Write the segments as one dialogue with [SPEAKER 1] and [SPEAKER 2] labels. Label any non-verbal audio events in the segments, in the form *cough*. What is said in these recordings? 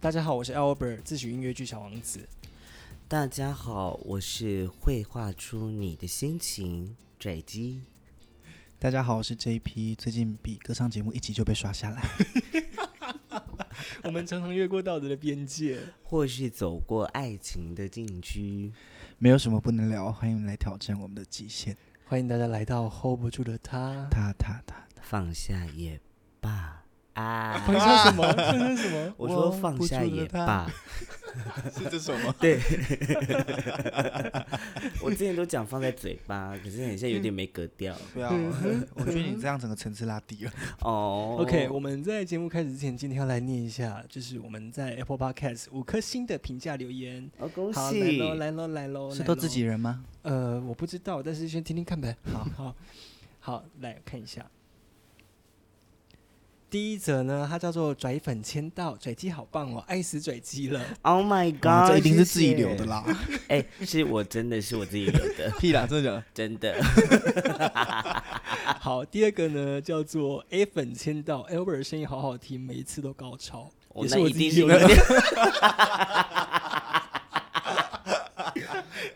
[SPEAKER 1] 大家好，我是 Albert，自诩音乐剧小王 *laughs* 子。
[SPEAKER 2] 大家好，我是绘画出你的心情拽鸡。
[SPEAKER 3] 大家好，我是 JP，最近比歌唱节目一集就被刷下来。 *laughs*
[SPEAKER 1] 我们常常越过道德的边界。
[SPEAKER 2] 或是走过爱情的禁区。
[SPEAKER 3] 没有什么不能聊，欢迎来挑战我们的极 *laughs* 限。
[SPEAKER 1] 欢迎大家来到 Hold 不住的他。
[SPEAKER 3] 他他他，
[SPEAKER 2] 放下也罢啊！
[SPEAKER 1] 放下什 *laughs* 么？放下什么？
[SPEAKER 2] 我说放下也罢，
[SPEAKER 3] 是这首 *laughs* 吗？
[SPEAKER 2] 对。 *laughs* 我之前都讲放在嘴巴，可是很像有点没格调
[SPEAKER 3] 不要，啊我觉得你这样整个层次拉低 *laughs* 了。
[SPEAKER 2] 哦。
[SPEAKER 1] OK，我们在节目开始之前，今天要来念一下，就是我们在 Apple Podcast 五颗星的评价留言。
[SPEAKER 2] 哦，恭
[SPEAKER 1] 好，来
[SPEAKER 2] 喜！
[SPEAKER 1] 喽，来喽，来喽，
[SPEAKER 3] 是
[SPEAKER 1] 来
[SPEAKER 3] 都
[SPEAKER 1] 咯
[SPEAKER 3] 自己？人吗？
[SPEAKER 1] 呃，我不知道，但是先听听看 *laughs* 呗。好好好，来看一下。第一则呢，它叫做“拽粉签到”，拽鸡好棒哦，爱死拽鸡了。
[SPEAKER 2] Oh my
[SPEAKER 3] 哇
[SPEAKER 2] god！
[SPEAKER 3] 这一定
[SPEAKER 2] 谢谢
[SPEAKER 3] 是自己留的。啦。
[SPEAKER 2] 哎，是我真的是我自己留的，
[SPEAKER 3] *laughs* 屁啦，真的假 *laughs* 的？
[SPEAKER 2] 真的。
[SPEAKER 1] 好，第二个呢叫做 A 粉签到，Albert 声音好好听，每一次都高潮，
[SPEAKER 3] 哦
[SPEAKER 2] 我
[SPEAKER 1] 也
[SPEAKER 2] 那
[SPEAKER 1] 是我
[SPEAKER 2] 一
[SPEAKER 1] 自
[SPEAKER 2] 定
[SPEAKER 1] 己
[SPEAKER 2] 是
[SPEAKER 1] 留
[SPEAKER 2] 我
[SPEAKER 1] 的。
[SPEAKER 2] 的。 *laughs*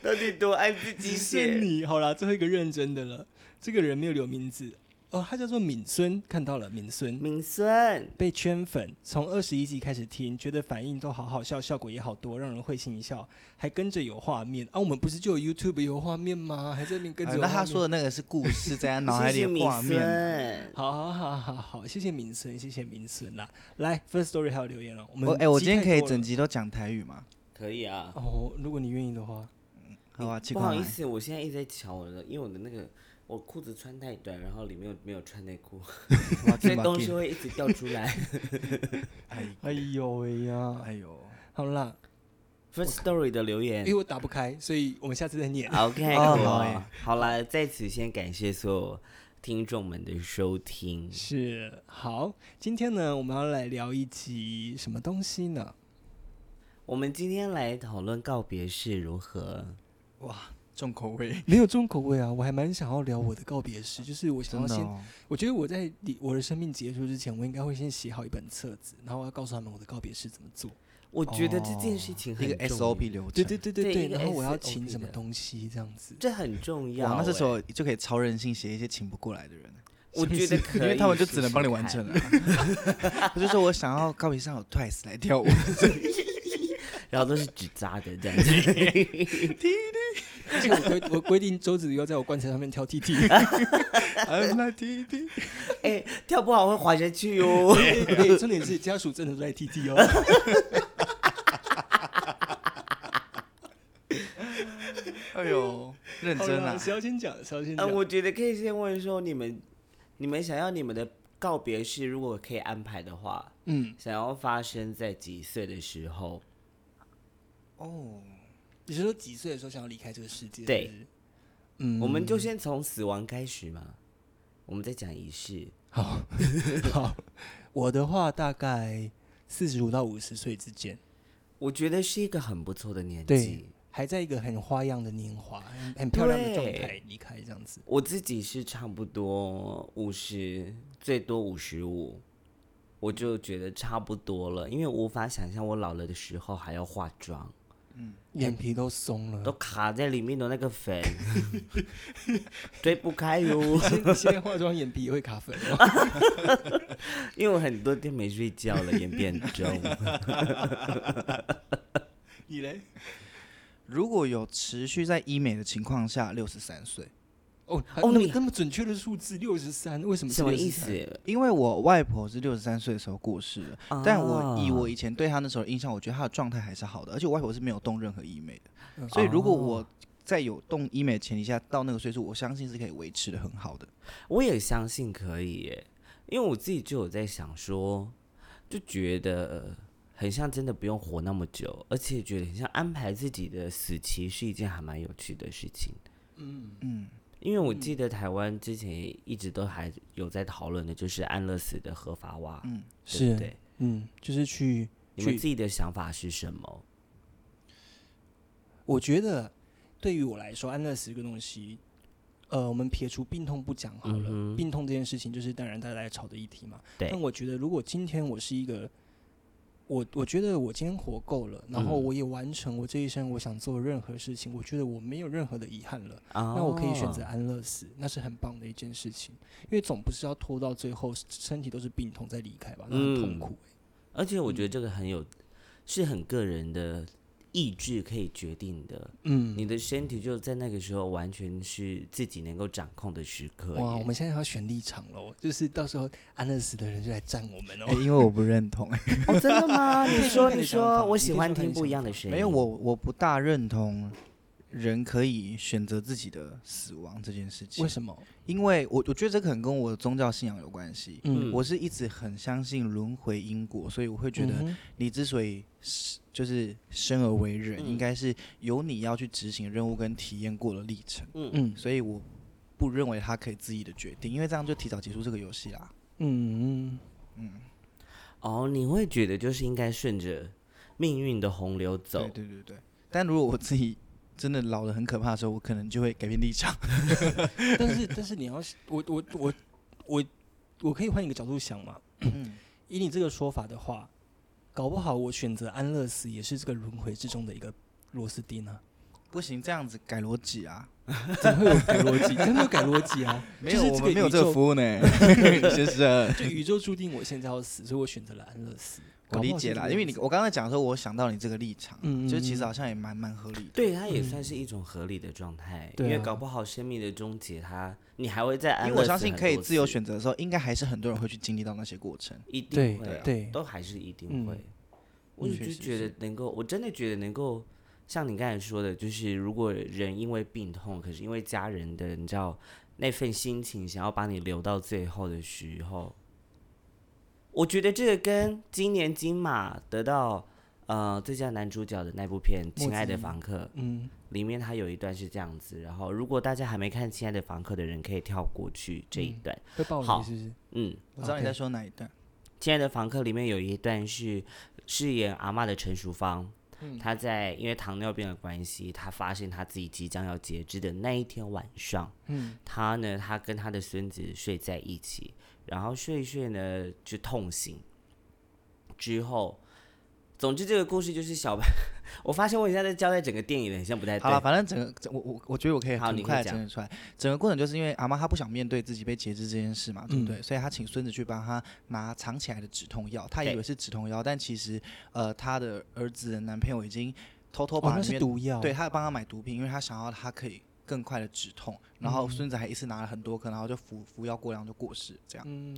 [SPEAKER 2] 到底多爱自己
[SPEAKER 1] *laughs* 是
[SPEAKER 2] 写？
[SPEAKER 1] 你，好啦，最后一个认真的了，这个人没有留名字哦，他叫做敏孙，看到了敏孙。
[SPEAKER 2] 明孙，
[SPEAKER 1] 被圈粉，从二十一集开始听，觉得反应都好好笑，效果也好多，让人会心一笑，还跟着有画面啊！我们不是就有 YouTube 有画面吗？还在那边跟着
[SPEAKER 3] 哎
[SPEAKER 1] 有画
[SPEAKER 3] 那
[SPEAKER 1] 面、
[SPEAKER 3] 他说的那个是故事，在他脑海
[SPEAKER 2] 谢谢
[SPEAKER 3] 里的
[SPEAKER 2] 明
[SPEAKER 3] 画面。
[SPEAKER 2] 孙。
[SPEAKER 1] 好好好好好，谢谢明孙，谢谢明孙啦！来，First Story 还有留言了，我们
[SPEAKER 3] 我哎，我
[SPEAKER 1] 集
[SPEAKER 3] 今天
[SPEAKER 1] 太
[SPEAKER 3] 可以
[SPEAKER 1] 多了
[SPEAKER 3] 整集都讲台语吗？
[SPEAKER 2] 可以啊，
[SPEAKER 1] 哦，如果你愿意的话，
[SPEAKER 3] 好啊，气
[SPEAKER 2] 不
[SPEAKER 3] 功
[SPEAKER 2] 好
[SPEAKER 3] 来
[SPEAKER 2] 意
[SPEAKER 3] *laughs*
[SPEAKER 2] 思，我现在一直在瞧我的，因为我的那个我裤子穿太短，然后里面有没有穿内裤，
[SPEAKER 3] 哇
[SPEAKER 2] 所
[SPEAKER 3] 这
[SPEAKER 2] 以
[SPEAKER 3] 么
[SPEAKER 2] 东西
[SPEAKER 3] 劲
[SPEAKER 2] 会一直掉出来。 *laughs*
[SPEAKER 1] 哎呦喂呀！
[SPEAKER 3] 哎呦，
[SPEAKER 1] 好啦，
[SPEAKER 2] First Story 的留
[SPEAKER 1] 因
[SPEAKER 2] 言
[SPEAKER 1] 为我打不开，所以我们下次再念。啊
[SPEAKER 2] ，OK，
[SPEAKER 3] 哦
[SPEAKER 2] 我
[SPEAKER 3] 好哎
[SPEAKER 2] 好了，在此先感谢所有听众们的收听。
[SPEAKER 1] 是好，今天呢，我们要来聊一集什么东西呢？
[SPEAKER 2] 我们今天来讨论告别式如何？
[SPEAKER 3] 重口味，
[SPEAKER 1] 没有重口味啊，我还蛮想要聊我的告别式，就是我想要
[SPEAKER 3] 真的
[SPEAKER 1] 先，
[SPEAKER 3] 哦。
[SPEAKER 1] 我觉得我在离我的生命结束之前，我应该会先写好一本册子，然后我要告诉他们我的告别式怎么做。
[SPEAKER 2] 我觉得这件事情
[SPEAKER 3] 哦
[SPEAKER 2] 很
[SPEAKER 3] 一
[SPEAKER 2] 重
[SPEAKER 3] 个
[SPEAKER 2] 要
[SPEAKER 3] SOP 流程。
[SPEAKER 1] 对对对对
[SPEAKER 2] 对
[SPEAKER 1] 对，
[SPEAKER 2] 一个
[SPEAKER 1] 然后我要
[SPEAKER 2] SOP
[SPEAKER 1] 请什么
[SPEAKER 2] 的
[SPEAKER 1] 东西这样
[SPEAKER 2] *laughs*
[SPEAKER 1] 子。
[SPEAKER 2] 这很重要、
[SPEAKER 3] 哇，那这
[SPEAKER 2] 欸
[SPEAKER 3] 时候就可以超任性写一些请不过来的人，
[SPEAKER 2] 我觉得可以，
[SPEAKER 3] 因为他们就只能帮你完成。了、我就说我想要告别上有 Twice 来跳舞，
[SPEAKER 2] 然后都是纸扎的这样子，*laughs*
[SPEAKER 3] *laughs*
[SPEAKER 1] 而且我规我规定周子瑜要在我棺材上面跳 T T，
[SPEAKER 3] I'm not T T，
[SPEAKER 2] 哎、跳不好会滑下去哦。
[SPEAKER 1] 对，重点是家属真的都在 T T 哦。
[SPEAKER 3] 哎呦， *laughs* 认
[SPEAKER 1] 好
[SPEAKER 3] 真
[SPEAKER 1] 啦
[SPEAKER 3] 啊！
[SPEAKER 1] 谁要先讲？谁要先
[SPEAKER 2] *laughs* 呃，
[SPEAKER 1] 讲？
[SPEAKER 2] 我觉得可以先问说你们，你们想要你们的告别式，如果可以安排的话，
[SPEAKER 1] 嗯，
[SPEAKER 2] 想要发生在几岁的时候？
[SPEAKER 3] 哦，
[SPEAKER 1] 你是说几岁的时候想要离开这个世界？
[SPEAKER 2] 对
[SPEAKER 1] 是不是，嗯
[SPEAKER 2] 我们就先从死亡开始嘛。我们再讲仪式，
[SPEAKER 1] 好好。我的话大概四十五到五十岁之间，
[SPEAKER 2] 我觉得是一个很不错的年
[SPEAKER 1] 对
[SPEAKER 2] 纪。，
[SPEAKER 1] 还在一个很花样的年华，很很漂亮的状态
[SPEAKER 2] 对
[SPEAKER 1] 离开这样子。
[SPEAKER 2] 我自己是差不多五十，最多五十五，我就觉得差不多了，因为无法想象我老了的时候还要化妆，
[SPEAKER 1] 眼皮都松 *laughs*
[SPEAKER 2] 都
[SPEAKER 1] 了，
[SPEAKER 2] 卡在里面的那个粉 *laughs* 追不开哟。
[SPEAKER 1] 现现在化妆眼皮也会卡粉哦。
[SPEAKER 2] 啊因为我很多天没睡觉了，也变重。
[SPEAKER 1] *laughs* 你嘞？
[SPEAKER 3] 如果有持续在医美的情况下，六十三岁，
[SPEAKER 1] 哦
[SPEAKER 2] 哦
[SPEAKER 1] 哦，你
[SPEAKER 2] 你
[SPEAKER 1] 这么准确的数字六十三，为什么是哦
[SPEAKER 2] 什么
[SPEAKER 1] 63
[SPEAKER 2] 意思？？
[SPEAKER 3] 因为我外婆是六十三岁的时候过世的，
[SPEAKER 2] 啊
[SPEAKER 3] 但我以我以前对她那时候的印象，我觉得她的状态还是好的，而且我外婆是没有动任何医美的，
[SPEAKER 1] 嗯
[SPEAKER 3] 所以如果我在有动医美的前提下到那个岁数，我相信是可以维持的很好的。
[SPEAKER 2] 我也相信可以耶，因为我自己就有在想说，就觉得很像真的不用活那么久，而且觉得很像安排自己的死期是一件还蛮有趣的事情。
[SPEAKER 3] 嗯，
[SPEAKER 2] 因为我记得台湾之前也一直都还有在讨论的，就是安乐死的合法化，
[SPEAKER 3] 嗯
[SPEAKER 2] 对
[SPEAKER 1] 是
[SPEAKER 2] 不对？
[SPEAKER 1] 嗯，就是去
[SPEAKER 2] 你们
[SPEAKER 1] 去
[SPEAKER 2] 自己的想法是什么？
[SPEAKER 1] 我觉得对于我来说，安乐死这个东西，呃，我们撇除病痛不讲好了，
[SPEAKER 2] 嗯哼
[SPEAKER 1] 病痛这件事情就是当然大家在吵的议题嘛。
[SPEAKER 2] 对
[SPEAKER 1] 但我觉得如果今天我是一个我我觉得我今天活够了，然后
[SPEAKER 2] 嗯
[SPEAKER 1] 我也完成我这一生我想做的任何事情，我觉得我没有任何的遗憾了，
[SPEAKER 2] 啊，
[SPEAKER 1] 那我可以选择安乐死，那是很棒的一件事情，因为总不是要拖到最后身体都是病痛再离开吧，那很痛
[SPEAKER 2] 嗯
[SPEAKER 1] 苦、
[SPEAKER 2] 而且我觉得
[SPEAKER 1] 嗯
[SPEAKER 2] 这个很有，是很个人的意志可以决定的。
[SPEAKER 1] 嗯，
[SPEAKER 2] 你的身体就在那个时候完全是自己能够掌控的时刻耶。
[SPEAKER 1] 哇，我们现在要选立场喽，就是到时候安乐死的人就来站我
[SPEAKER 2] *laughs*
[SPEAKER 1] 们哦
[SPEAKER 3] 哎。因为我不认同，
[SPEAKER 2] 哦，真
[SPEAKER 1] *laughs*
[SPEAKER 2] 的吗？你说
[SPEAKER 1] 你
[SPEAKER 2] 你
[SPEAKER 1] 的想法
[SPEAKER 2] 说，我
[SPEAKER 1] 你可
[SPEAKER 2] 喜
[SPEAKER 1] 以
[SPEAKER 2] 欢
[SPEAKER 1] 说看你
[SPEAKER 2] 听不一
[SPEAKER 1] 想
[SPEAKER 2] 样的
[SPEAKER 1] 法
[SPEAKER 2] 声音。
[SPEAKER 3] 没有我我不大认同人可以选择自己的死亡这件事情
[SPEAKER 1] 为。什么？
[SPEAKER 3] 因为我我觉得这可能跟我的宗教信仰有关系。
[SPEAKER 1] 嗯，
[SPEAKER 3] 我是一直很相信轮回因果，所以我会觉得
[SPEAKER 1] 嗯哼
[SPEAKER 3] 你之所以是就是生而为人，
[SPEAKER 2] 嗯
[SPEAKER 3] 应该是有你要去执行任务跟体验过的历程。
[SPEAKER 1] 嗯
[SPEAKER 3] 所以我不认为他可以自己的决定，因为这样就提早结束这个游戏啦。
[SPEAKER 1] 嗯嗯
[SPEAKER 3] 嗯，
[SPEAKER 2] 哦，你会觉得就是应该顺着命运的洪流走
[SPEAKER 3] 对。对对对。但如果我自己真的老的很可怕的时候，我可能就会改变立场。 *laughs*
[SPEAKER 1] 嗯，但是但是你要是我我我我我可以换一个角度想嘛？
[SPEAKER 3] 嗯
[SPEAKER 1] *clears throat* 以你这个说法的话，搞不好我选择安乐死也是这个轮回之中的一个螺丝钉啊呢、
[SPEAKER 3] 不行，这样子改逻辑啊，
[SPEAKER 1] 啊？怎么 *laughs* 会有改逻辑？真的有改逻辑啊？
[SPEAKER 3] 没
[SPEAKER 1] 就
[SPEAKER 3] 有
[SPEAKER 1] 是
[SPEAKER 3] 我
[SPEAKER 1] 这
[SPEAKER 3] 们没有
[SPEAKER 1] 宇
[SPEAKER 3] 这个
[SPEAKER 1] 宙
[SPEAKER 3] 服
[SPEAKER 1] *laughs*
[SPEAKER 3] 务呢，先生。
[SPEAKER 1] 就宇宙注定我现在要死，所以我选择了安乐死。
[SPEAKER 3] 我理解
[SPEAKER 1] 搞不好
[SPEAKER 3] 啦，
[SPEAKER 1] 是这个
[SPEAKER 3] 因为
[SPEAKER 1] 样
[SPEAKER 3] 你
[SPEAKER 1] 子
[SPEAKER 3] 我刚才讲的时候，我想到你这个立场，
[SPEAKER 1] 嗯嗯
[SPEAKER 3] 就是其
[SPEAKER 1] 嗯
[SPEAKER 3] 实好像也蛮蛮合理的。
[SPEAKER 2] 对，它也算是一种合理的状态，
[SPEAKER 1] 对
[SPEAKER 2] 因为
[SPEAKER 1] 啊
[SPEAKER 2] 搞不好生命的终结它，你还会再安
[SPEAKER 3] 因为我
[SPEAKER 2] 乐
[SPEAKER 3] 相
[SPEAKER 2] 死
[SPEAKER 3] 信
[SPEAKER 2] 很
[SPEAKER 3] 可以
[SPEAKER 2] 多
[SPEAKER 3] 自由
[SPEAKER 2] 次，
[SPEAKER 3] 选择的时候，应该还是很多人会去经历到那些过程。
[SPEAKER 2] 一
[SPEAKER 1] 对
[SPEAKER 2] 定会，啊
[SPEAKER 1] 对对
[SPEAKER 2] 都还是一定
[SPEAKER 1] 嗯
[SPEAKER 2] 会。我
[SPEAKER 3] 嗯
[SPEAKER 2] 就
[SPEAKER 3] 确
[SPEAKER 2] 就
[SPEAKER 3] 实
[SPEAKER 2] 觉得能够，我真的觉得能够，像你刚才说的，就是如果人因为病痛，可是因为家人的，你知道那份心情，想要把你留到最后的时候，我觉得这个跟今年金马得到呃最佳男主角的那部片《
[SPEAKER 1] 莫
[SPEAKER 2] 亲爱
[SPEAKER 1] 子
[SPEAKER 2] 的
[SPEAKER 1] 仪
[SPEAKER 2] 房客》
[SPEAKER 1] 嗯，
[SPEAKER 2] 里面它有一段是这样子，然后如果大家还没看《亲爱的房客》的人，可以跳过去这一
[SPEAKER 1] 嗯
[SPEAKER 2] 段。
[SPEAKER 1] 会暴
[SPEAKER 2] 好
[SPEAKER 1] 雷是不是？
[SPEAKER 2] 嗯，
[SPEAKER 3] 我知道你在
[SPEAKER 1] OK
[SPEAKER 3] 说哪一段，
[SPEAKER 2] 亲爱的房客》里面有一段是饰演阿嬷的陈淑芳，
[SPEAKER 1] 嗯
[SPEAKER 2] 她在因为糖尿病的关系，她发现她自己即将要截肢的那一天晚上，
[SPEAKER 1] 嗯
[SPEAKER 2] 她呢，她跟她的孙子睡在一起，然后睡一睡呢就痛醒，之后。总之，这个故事就是小白。 *laughs* 我发现我现在在交代整个电影了，很像不太哎对。
[SPEAKER 3] 好了，反正整个整我我我觉得我可以
[SPEAKER 2] 好你
[SPEAKER 3] 很
[SPEAKER 2] 可以
[SPEAKER 3] 快的
[SPEAKER 2] 讲
[SPEAKER 3] 整理出来。整个过程就是因为阿妈她不想面对自己被截肢这件事嘛，对不对？
[SPEAKER 1] 嗯
[SPEAKER 3] 所以她请孙子去帮她拿藏起来的止痛药，她以
[SPEAKER 2] 对
[SPEAKER 3] 为是止痛药，但其实呃她的儿子的男朋友已经偷偷
[SPEAKER 1] 哦，
[SPEAKER 3] 把
[SPEAKER 1] 那
[SPEAKER 3] 里
[SPEAKER 1] 是
[SPEAKER 3] 面、
[SPEAKER 1] 毒药。
[SPEAKER 3] 对，他帮他买毒品，因为他想要他可以更快的止痛。然
[SPEAKER 1] 嗯
[SPEAKER 3] 后孙子还一次拿了很多颗，然后就服服药过量就过世这样。
[SPEAKER 1] 嗯，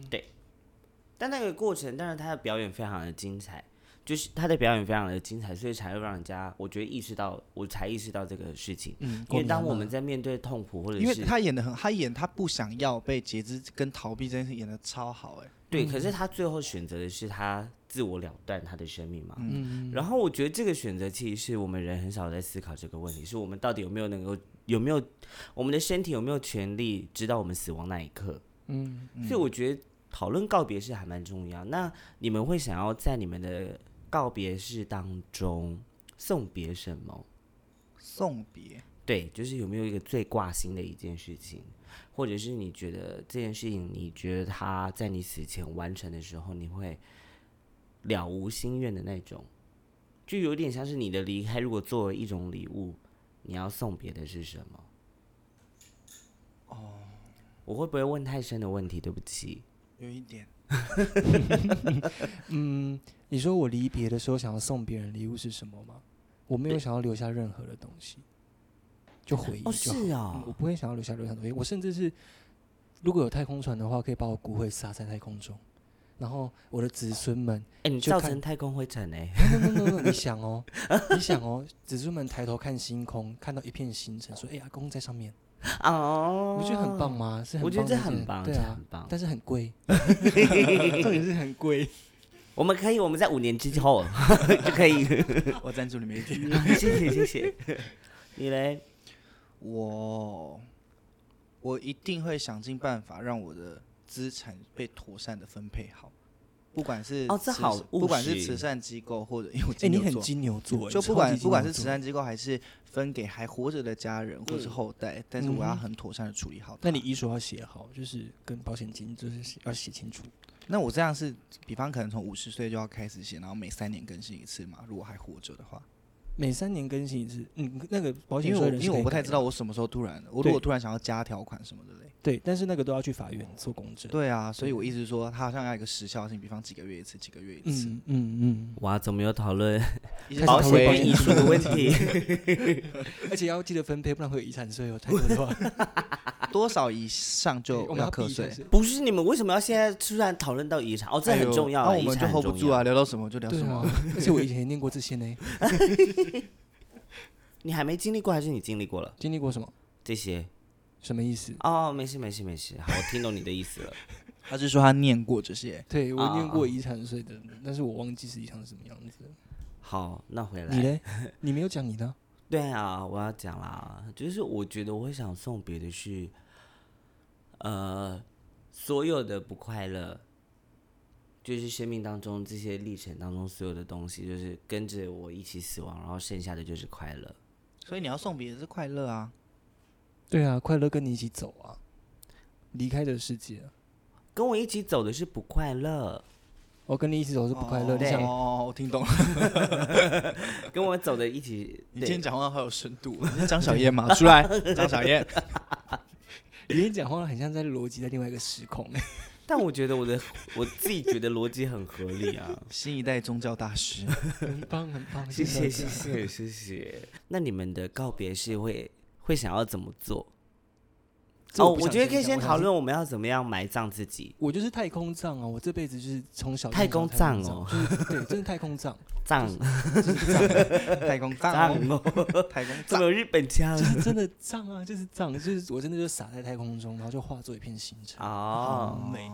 [SPEAKER 2] 但那个过程，当然他的表演非常的精彩，就是他的表演非常的精彩，所以才会让人家我觉得意识到，我才意识到这个事情。
[SPEAKER 1] 嗯，
[SPEAKER 2] 因
[SPEAKER 1] 果
[SPEAKER 2] 为
[SPEAKER 1] 然
[SPEAKER 2] 当我
[SPEAKER 1] 嘛
[SPEAKER 2] 们在面对痛苦或者
[SPEAKER 3] 因为
[SPEAKER 2] 是
[SPEAKER 3] 他演的很，他演他不想要被截肢跟逃避这件事演的超好哎、
[SPEAKER 2] 对，可是他最后选择的是他自我了断他的生命嘛。
[SPEAKER 1] 嗯
[SPEAKER 2] 然后我觉得这个选择其实是我们人很少在思考这个问题，是我们到底有没有能够有没有我们的身体有没有权利知道我们死亡那一刻？
[SPEAKER 1] 嗯
[SPEAKER 2] 所以我觉得讨论告别式还蛮重要。那你们会想要在你们的告别式当中送别什么？
[SPEAKER 3] 送别
[SPEAKER 2] 对，就是有没有一个最挂心的一件事情，或者是你觉得这件事情，你觉得它在你死前完成的时候，你会了无心愿的那种，就有点像是你的离开，如果作为一种礼物，你要送别的是什么？哦，
[SPEAKER 1] 哦
[SPEAKER 2] 我会不会问太深的问题？对不起。
[SPEAKER 3] 有一点
[SPEAKER 1] 嗯，你说我离别的时候想要送别人礼物是什么吗？我没有想要留下任何的东西，就回忆
[SPEAKER 2] 哦，
[SPEAKER 1] 就好。
[SPEAKER 2] 是
[SPEAKER 1] 嗯
[SPEAKER 2] 啊、
[SPEAKER 1] 我不会想要留下任何东西，我甚至是如果有太空船的话，可以把我骨灰撒在太空中，然后我的子孙们
[SPEAKER 2] 哎、你
[SPEAKER 1] 就
[SPEAKER 2] 造
[SPEAKER 1] 看
[SPEAKER 2] 成太空灰尘
[SPEAKER 1] *laughs*
[SPEAKER 2] 哎、
[SPEAKER 1] ，no no no no，no，你想
[SPEAKER 2] *laughs*
[SPEAKER 1] 哦，你想哦，子孙们抬头看星空，看到一片星辰，说：“哎、阿公在上面。”
[SPEAKER 2] 哦，
[SPEAKER 1] 你不觉得很棒？吗？是很
[SPEAKER 2] 我觉得
[SPEAKER 1] 棒
[SPEAKER 2] 这
[SPEAKER 1] 的一件
[SPEAKER 2] 很棒，
[SPEAKER 1] 对
[SPEAKER 2] 这
[SPEAKER 1] 啊
[SPEAKER 2] 很，棒。
[SPEAKER 1] 但是很贵，重点是 *laughs* 很贵。
[SPEAKER 2] 我们可以，我们在五年之后 *laughs* 就可
[SPEAKER 3] *laughs*
[SPEAKER 2] 以。
[SPEAKER 3] 我赞助你们一
[SPEAKER 1] *laughs*
[SPEAKER 3] 点。
[SPEAKER 2] 谢谢谢谢。你嘞？
[SPEAKER 3] 我我一定会想尽办法让我的资产被妥善的分配好，不管是
[SPEAKER 2] 哦这
[SPEAKER 3] 慈
[SPEAKER 2] 好务
[SPEAKER 3] 不管是
[SPEAKER 2] 实
[SPEAKER 3] 慈善机构或者因为我
[SPEAKER 1] 哎、
[SPEAKER 3] 金
[SPEAKER 1] 你
[SPEAKER 3] 牛
[SPEAKER 1] 很
[SPEAKER 3] 座
[SPEAKER 1] 金牛座，
[SPEAKER 3] 就不
[SPEAKER 1] 超
[SPEAKER 3] 管
[SPEAKER 1] 级金
[SPEAKER 3] 不管
[SPEAKER 1] 牛
[SPEAKER 3] 是慈
[SPEAKER 1] 座
[SPEAKER 3] 善机构还是分给还活着的家人或是
[SPEAKER 2] 嗯
[SPEAKER 3] 后代，但是我要
[SPEAKER 1] 嗯哼
[SPEAKER 3] 很妥善的处理好
[SPEAKER 1] 那
[SPEAKER 3] 它。
[SPEAKER 1] 你遗书要写好，就是跟保险金就是要写清楚。
[SPEAKER 3] 那我这样是，比方可能从五十岁就要开始写，然后每三年更新一次嘛，如果还活着的话。
[SPEAKER 1] 每三年更新一次。嗯，那个保险
[SPEAKER 3] 因为
[SPEAKER 1] 受
[SPEAKER 3] 我
[SPEAKER 1] 益人是
[SPEAKER 3] 因为
[SPEAKER 1] 可以
[SPEAKER 3] 我不太
[SPEAKER 1] 改的
[SPEAKER 3] 知道，我什么时候突然，我如
[SPEAKER 1] 对
[SPEAKER 3] 果突然想要加条款什么的嘞。
[SPEAKER 1] 对，但是那个都要去法院做公证。
[SPEAKER 3] 对啊，所以我一直说它好像要有一个时效性，比方几个月一次，几个月一次。
[SPEAKER 1] 嗯嗯
[SPEAKER 2] 哇，怎么有讨论
[SPEAKER 3] 一
[SPEAKER 1] 开
[SPEAKER 3] 直
[SPEAKER 1] 始
[SPEAKER 3] 到
[SPEAKER 1] 讨
[SPEAKER 2] 保
[SPEAKER 1] 论
[SPEAKER 2] 险
[SPEAKER 1] 保
[SPEAKER 2] 跟
[SPEAKER 1] 险
[SPEAKER 2] 遗书的问题？ *laughs*
[SPEAKER 1] 嗯，而且要记得分配，不然会有遗产税哦。太多的 *laughs* 话，
[SPEAKER 3] 多少以上就
[SPEAKER 1] 我们
[SPEAKER 3] 要
[SPEAKER 1] 要
[SPEAKER 3] 课
[SPEAKER 1] 避遗产
[SPEAKER 3] 税。
[SPEAKER 1] 税。
[SPEAKER 2] 不是你们为什么要现在突然讨论到遗产？哦，这
[SPEAKER 3] 哎
[SPEAKER 2] 很
[SPEAKER 3] 呦
[SPEAKER 2] 重要
[SPEAKER 3] 那、
[SPEAKER 2] 啊，
[SPEAKER 3] 我
[SPEAKER 2] 遗
[SPEAKER 3] 们就
[SPEAKER 2] 产
[SPEAKER 3] hold 不
[SPEAKER 2] 很
[SPEAKER 3] 住
[SPEAKER 2] 重要
[SPEAKER 3] 啊，。聊到什么就聊
[SPEAKER 1] 对
[SPEAKER 3] 什么
[SPEAKER 1] 啊。，而且我以前也念过这些呢。
[SPEAKER 2] 你还没经历过，还是你经历过了
[SPEAKER 1] 经历过什么？
[SPEAKER 2] 这些？
[SPEAKER 1] 什么意思？
[SPEAKER 2] 哦，没事没事没事，好，我听懂你的意思了。
[SPEAKER 3] 他是说他念过这些，
[SPEAKER 1] 对我念
[SPEAKER 2] 啊
[SPEAKER 1] 过遗产税的，但是我忘记是遗产是什么样子。
[SPEAKER 2] 好，那回
[SPEAKER 1] 你
[SPEAKER 2] 来。
[SPEAKER 1] 嘞？你没有讲你的啊，
[SPEAKER 2] 对啊，我要讲啦，就是我觉得我会想送别的是，呃，所有的不快乐，就是生命当中这些历程当中所有的东西，就是跟着我一起死亡，然后剩下的就是快乐。
[SPEAKER 3] 所以你要送别人是快乐啊。
[SPEAKER 1] 对啊，快乐跟你一起走啊，离开这个世界啊。
[SPEAKER 2] 跟我一起走的是不快乐，
[SPEAKER 1] 我跟你一起走是不快乐，你
[SPEAKER 2] 对
[SPEAKER 1] 想
[SPEAKER 3] 哦，我听懂了。
[SPEAKER 2] 跟我走的一 *laughs* 起，
[SPEAKER 3] 你今
[SPEAKER 2] 对
[SPEAKER 3] 天，讲话好有深度， *laughs* 你是张小燕吗？出来，张小燕。
[SPEAKER 1] 你今天讲话很像在逻辑在另外一个时空。
[SPEAKER 2] 但我觉得我的我自己觉得逻辑很合理啊。
[SPEAKER 3] *laughs* 新一代宗教大 *laughs* 师，
[SPEAKER 1] 很棒，很棒，
[SPEAKER 2] *laughs* 谢
[SPEAKER 1] 谢
[SPEAKER 2] 谢 *laughs* 谢谢谢谢。那你们的告别是会会想要怎么做？
[SPEAKER 1] 这
[SPEAKER 2] 哦，
[SPEAKER 1] 我不
[SPEAKER 2] 我
[SPEAKER 1] 想
[SPEAKER 2] 觉得可以
[SPEAKER 1] 先讲
[SPEAKER 2] 先
[SPEAKER 1] 我想
[SPEAKER 2] 讨
[SPEAKER 1] 先
[SPEAKER 2] 论我们要怎么样埋葬
[SPEAKER 1] *laughs*
[SPEAKER 2] 自己，
[SPEAKER 1] 我就是太空葬啊！我这辈子就是从小
[SPEAKER 2] 太空葬哦
[SPEAKER 1] 就是对，真的太空葬，
[SPEAKER 2] 葬
[SPEAKER 1] 就是葬，
[SPEAKER 3] 太空
[SPEAKER 2] 葬
[SPEAKER 3] *laughs* 藏，
[SPEAKER 2] 哦，
[SPEAKER 3] 太空
[SPEAKER 2] 怎
[SPEAKER 3] 藏
[SPEAKER 2] 么。有日
[SPEAKER 1] *laughs*
[SPEAKER 2] 本腔
[SPEAKER 1] 就是真的葬啊，就是葬，就是我真的就撒在太空中，然后就化作一片星辰。
[SPEAKER 2] 哦
[SPEAKER 1] 美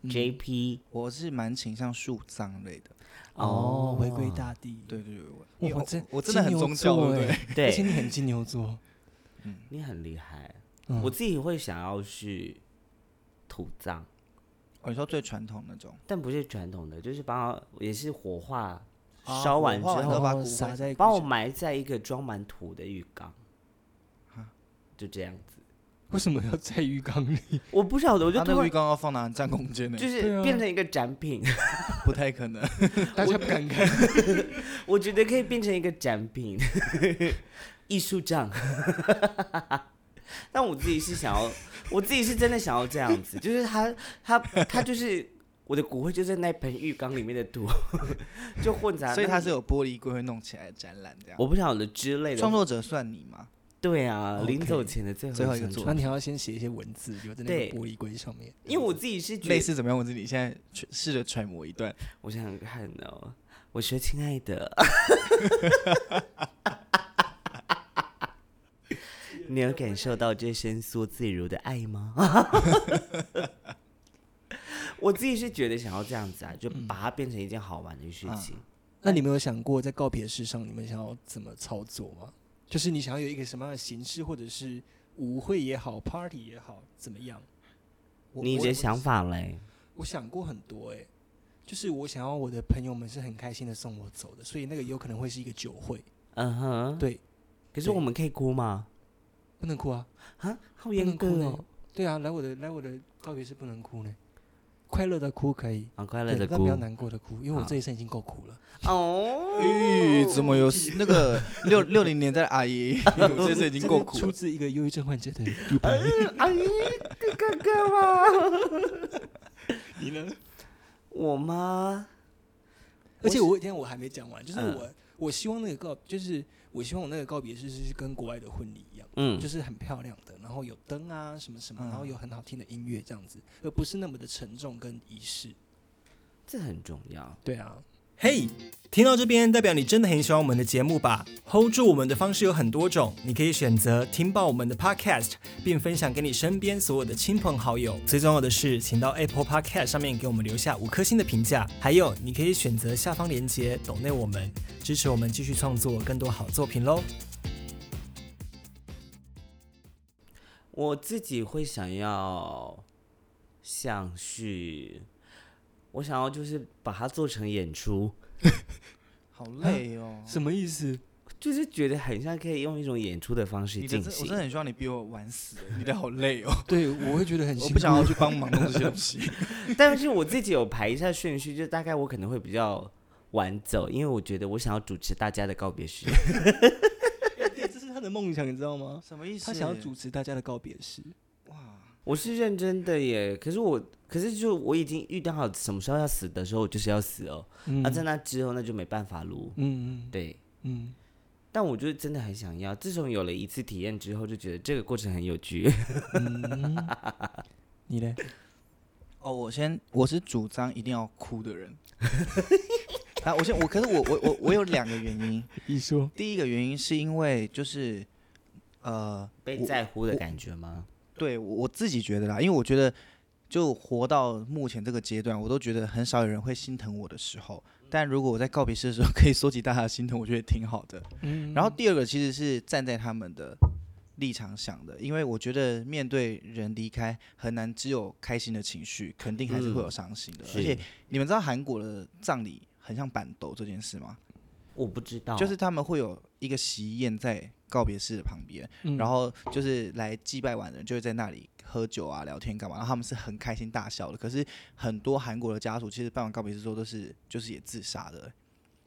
[SPEAKER 1] 嗯
[SPEAKER 2] ？JP
[SPEAKER 3] 我是蛮倾向树葬类的。
[SPEAKER 1] 哦
[SPEAKER 2] 哦，，
[SPEAKER 1] 回归大地。
[SPEAKER 3] 对对对，我
[SPEAKER 1] 哇，
[SPEAKER 3] 因为
[SPEAKER 1] 我真
[SPEAKER 3] 我真的很
[SPEAKER 1] 金牛
[SPEAKER 3] 宗教，对
[SPEAKER 1] 座
[SPEAKER 3] 不对？
[SPEAKER 1] 欸而且
[SPEAKER 2] 对，
[SPEAKER 1] 你很金牛座，
[SPEAKER 2] 你很厉害。
[SPEAKER 1] 嗯
[SPEAKER 2] 我自己会想要是土葬，
[SPEAKER 3] 哦，你说最传统那种，
[SPEAKER 2] 但不是传统的，就是把我也是火化，
[SPEAKER 3] 啊
[SPEAKER 2] 烧完之
[SPEAKER 3] 火化完
[SPEAKER 2] 后
[SPEAKER 3] 之后把
[SPEAKER 1] 然
[SPEAKER 3] 骨
[SPEAKER 1] 后
[SPEAKER 3] 灰
[SPEAKER 1] 撒在
[SPEAKER 2] 把我埋在一个装满土的浴缸，就这样子。
[SPEAKER 1] 为什么要在浴缸里？
[SPEAKER 2] *laughs* 我不晓得，我就
[SPEAKER 3] 他那
[SPEAKER 2] 突
[SPEAKER 3] 个浴
[SPEAKER 2] 然
[SPEAKER 3] 缸要放哪里占空间呢？
[SPEAKER 2] 就是
[SPEAKER 1] 对啊
[SPEAKER 2] 变成一个展品，
[SPEAKER 3] 不太可 *laughs* 能。
[SPEAKER 1] 大家不敢看。
[SPEAKER 2] 我觉得可以变成一个展品， *laughs* 艺术账。 *laughs* 但我自己是想要，我自己是真的想要这样子，就是他他他就是我的骨灰就在那盆浴缸里面的土， *laughs* 就混杂。
[SPEAKER 3] 所以它是有玻璃柜会弄起来展览这样。
[SPEAKER 2] 我不晓得之类
[SPEAKER 3] 创
[SPEAKER 2] 的。
[SPEAKER 3] 作者算你吗？
[SPEAKER 2] 对啊，
[SPEAKER 1] OK
[SPEAKER 2] 临走前的最
[SPEAKER 3] 最后
[SPEAKER 2] 后
[SPEAKER 3] 一个
[SPEAKER 2] 想
[SPEAKER 3] 作
[SPEAKER 1] 那
[SPEAKER 2] 说
[SPEAKER 1] 你还要先写一些文字留在那
[SPEAKER 2] 对
[SPEAKER 1] 个玻璃柜上面，
[SPEAKER 2] 因为我自己是觉
[SPEAKER 3] 类
[SPEAKER 2] 得，
[SPEAKER 3] 似怎么样文字？你现在去试着揣摩一段。
[SPEAKER 2] 我想想看哦，我说亲爱的，你有感受到这伸缩自如的爱吗？ *laughs* 我自己是觉得想要这样子啊，就
[SPEAKER 1] 嗯
[SPEAKER 2] 把它变成一件好玩的
[SPEAKER 1] 啊
[SPEAKER 2] 事情。
[SPEAKER 1] 那你们有想过在告别式上，你们想要怎么操作吗？就是你想要有一个什么样的形式，或者是舞会也好，party 也好，怎么样？
[SPEAKER 3] 我
[SPEAKER 2] 你
[SPEAKER 3] 我
[SPEAKER 2] 的想法嘞？
[SPEAKER 1] 我想过很多、欸，就是我想要我的朋友们是很开心的送我走的，所以那个有可能会是一个酒会，
[SPEAKER 2] 嗯哼，
[SPEAKER 1] 对，
[SPEAKER 2] 可是我们可以哭吗？
[SPEAKER 1] 不能哭啊，
[SPEAKER 2] 啊，好
[SPEAKER 1] 不
[SPEAKER 2] 严
[SPEAKER 1] 能
[SPEAKER 2] 格
[SPEAKER 1] 哭呢、
[SPEAKER 2] 哦，
[SPEAKER 1] 对啊，来我的来我的告别式不能哭呢、快乐的哭可以，
[SPEAKER 2] 很快乐
[SPEAKER 1] 对，
[SPEAKER 2] 的
[SPEAKER 1] 但不
[SPEAKER 2] 哭
[SPEAKER 1] 要难过的哭，因为我
[SPEAKER 2] 好
[SPEAKER 1] 这一生已经够苦了。
[SPEAKER 2] 哦。
[SPEAKER 1] 哎
[SPEAKER 3] 咦，怎么有 *laughs* 那个六六零年代的阿姨？我这是已经够
[SPEAKER 1] *laughs* 这是
[SPEAKER 3] 苦
[SPEAKER 1] 出
[SPEAKER 3] 了。
[SPEAKER 1] 自一个忧郁症患者的独白。
[SPEAKER 2] 阿姨，哎哥哥吗？ *laughs*
[SPEAKER 1] 你呢？
[SPEAKER 2] 我吗？
[SPEAKER 1] 而且我有一天我还没讲完，就是
[SPEAKER 2] 嗯
[SPEAKER 1] 我、我希望那个告，就是我希望我那个告别式是跟国外的婚礼一样，
[SPEAKER 2] 嗯，
[SPEAKER 1] 就是很漂亮的，然后有灯啊什么什么，
[SPEAKER 3] 嗯
[SPEAKER 1] 然后有很好听的音乐这样子，而不是那么的沉重跟仪式。
[SPEAKER 2] 这很重要。
[SPEAKER 1] 对啊，
[SPEAKER 4] 嘿听到这边，代表你真的很喜欢我们的节目吧？Hold 住我们的方式有很多种，你可以选择听爆我们的 Podcast，并分享给你身边所有的亲朋好友。最重要的是，请到 Apple Podcast 上面给我们留下五颗星的评价。还有，你可以选择下方链接抖内我们，支持我们继续创作更多好作品喽。
[SPEAKER 2] 我自己会想要，像是我想要就是把它做成演出，
[SPEAKER 3] 好累哦。
[SPEAKER 1] 啊什么意思？
[SPEAKER 2] 就是觉得很像可以用一种演出的方式
[SPEAKER 3] 你的
[SPEAKER 2] 进
[SPEAKER 3] 真我
[SPEAKER 2] 行
[SPEAKER 3] 真的。很希望你比我晚死，欸你的好累哦，
[SPEAKER 1] 对，我会觉得很
[SPEAKER 3] 我
[SPEAKER 1] 辛
[SPEAKER 3] 不
[SPEAKER 1] 苦。
[SPEAKER 3] 想要去帮忙弄这些东西。
[SPEAKER 2] 但是我自己有排一下顺序，就大概我可能会比较晚走，因为我觉得我想要主持大家的告别
[SPEAKER 1] *laughs*
[SPEAKER 2] 式。*laughs*
[SPEAKER 1] 这是他的梦想，你知道吗？
[SPEAKER 3] 什么意思？
[SPEAKER 1] 他想要主持大家的告别式。
[SPEAKER 3] 哇，
[SPEAKER 2] 我是认真的耶，可是我，可是就我已经预定好什么时候要死的时候，我就是要死哦。
[SPEAKER 1] 嗯
[SPEAKER 2] 啊，在那之后那就没办法录。
[SPEAKER 1] 嗯嗯
[SPEAKER 2] 对，
[SPEAKER 1] 嗯，
[SPEAKER 2] 但我就是真的很想要。自从有了一次体验之后，就觉得这个过程很有趣。
[SPEAKER 1] 嗯你嘞？
[SPEAKER 3] 哦，我先我是主张一定要哭的人。啊，我先我可是我我我我有两个原因，
[SPEAKER 1] 一说
[SPEAKER 3] *laughs* 第一个原因是因为就是呃，
[SPEAKER 2] 被
[SPEAKER 3] 我
[SPEAKER 2] 在乎的感觉吗？
[SPEAKER 3] 对我我自己觉得啦，因为我觉得就活到目前这个阶段，我都觉得很少有人会心疼我的时候。但如果我在告别式的时候可以收集大家的心疼，我觉得挺好的。嗯。然后第二个其实是站在他们的立场想的，因为我觉得面对人离开很难只有开心的情绪，肯定嗯还是会有伤心的。而且你们知道韩国的葬礼很像板斗这件事吗？
[SPEAKER 2] 我不知
[SPEAKER 1] 哦
[SPEAKER 2] 道，
[SPEAKER 3] 就是他们会有一个喜宴在告别式的旁边，
[SPEAKER 1] 嗯
[SPEAKER 3] 然后就是来祭拜完的人就会在那里喝酒啊、聊天干嘛，然后他们是很开心大笑的。可是很多韩国的家属其实办完告别式之后都是就是也自杀的，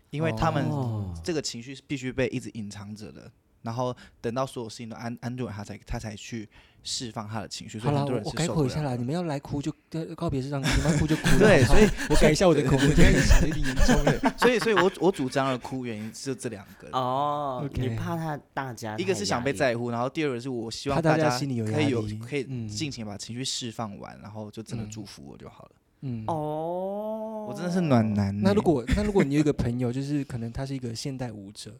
[SPEAKER 3] 因为他们
[SPEAKER 2] 哦
[SPEAKER 3] 这个情绪是必须被一直隐藏着的。然后等到所有事情都安安顿了，他才他才去释放他的情绪，
[SPEAKER 1] *laughs*
[SPEAKER 3] 所
[SPEAKER 1] 好
[SPEAKER 3] 以
[SPEAKER 1] 啦，
[SPEAKER 3] 很多
[SPEAKER 1] 我
[SPEAKER 3] 人
[SPEAKER 1] 我
[SPEAKER 3] 是
[SPEAKER 1] 改
[SPEAKER 3] 受不
[SPEAKER 1] 口一
[SPEAKER 3] 了
[SPEAKER 1] 下啦。
[SPEAKER 3] 的。
[SPEAKER 1] 你们要来哭就呃告别式上，你们要哭就哭啦。
[SPEAKER 3] 对，
[SPEAKER 1] 好不
[SPEAKER 3] 所
[SPEAKER 1] 好
[SPEAKER 3] 以
[SPEAKER 1] 我改一下我的口吻，这样显得有点严重了。
[SPEAKER 3] 所以所以我 *laughs* 我主张的哭原因就这两个。
[SPEAKER 2] 哦
[SPEAKER 1] OK
[SPEAKER 2] 你怕他大家
[SPEAKER 3] 一个
[SPEAKER 2] 太
[SPEAKER 3] 是
[SPEAKER 2] 压
[SPEAKER 3] 想被
[SPEAKER 2] 力
[SPEAKER 3] 在乎，然后第二个是我希
[SPEAKER 1] 怕
[SPEAKER 3] 望
[SPEAKER 1] 大家
[SPEAKER 3] 家
[SPEAKER 1] 心里有
[SPEAKER 3] 可
[SPEAKER 1] 压
[SPEAKER 3] 以有
[SPEAKER 1] 力
[SPEAKER 3] 可以
[SPEAKER 1] 嗯
[SPEAKER 3] 尽情把情绪释放完，然后就真的
[SPEAKER 1] 嗯
[SPEAKER 3] 祝福我就好了。
[SPEAKER 1] *laughs* 嗯，
[SPEAKER 2] 哦，
[SPEAKER 3] 我真的是暖男欸。
[SPEAKER 1] 那如果那如果你有一个朋友，就是可能他是一个现代舞者，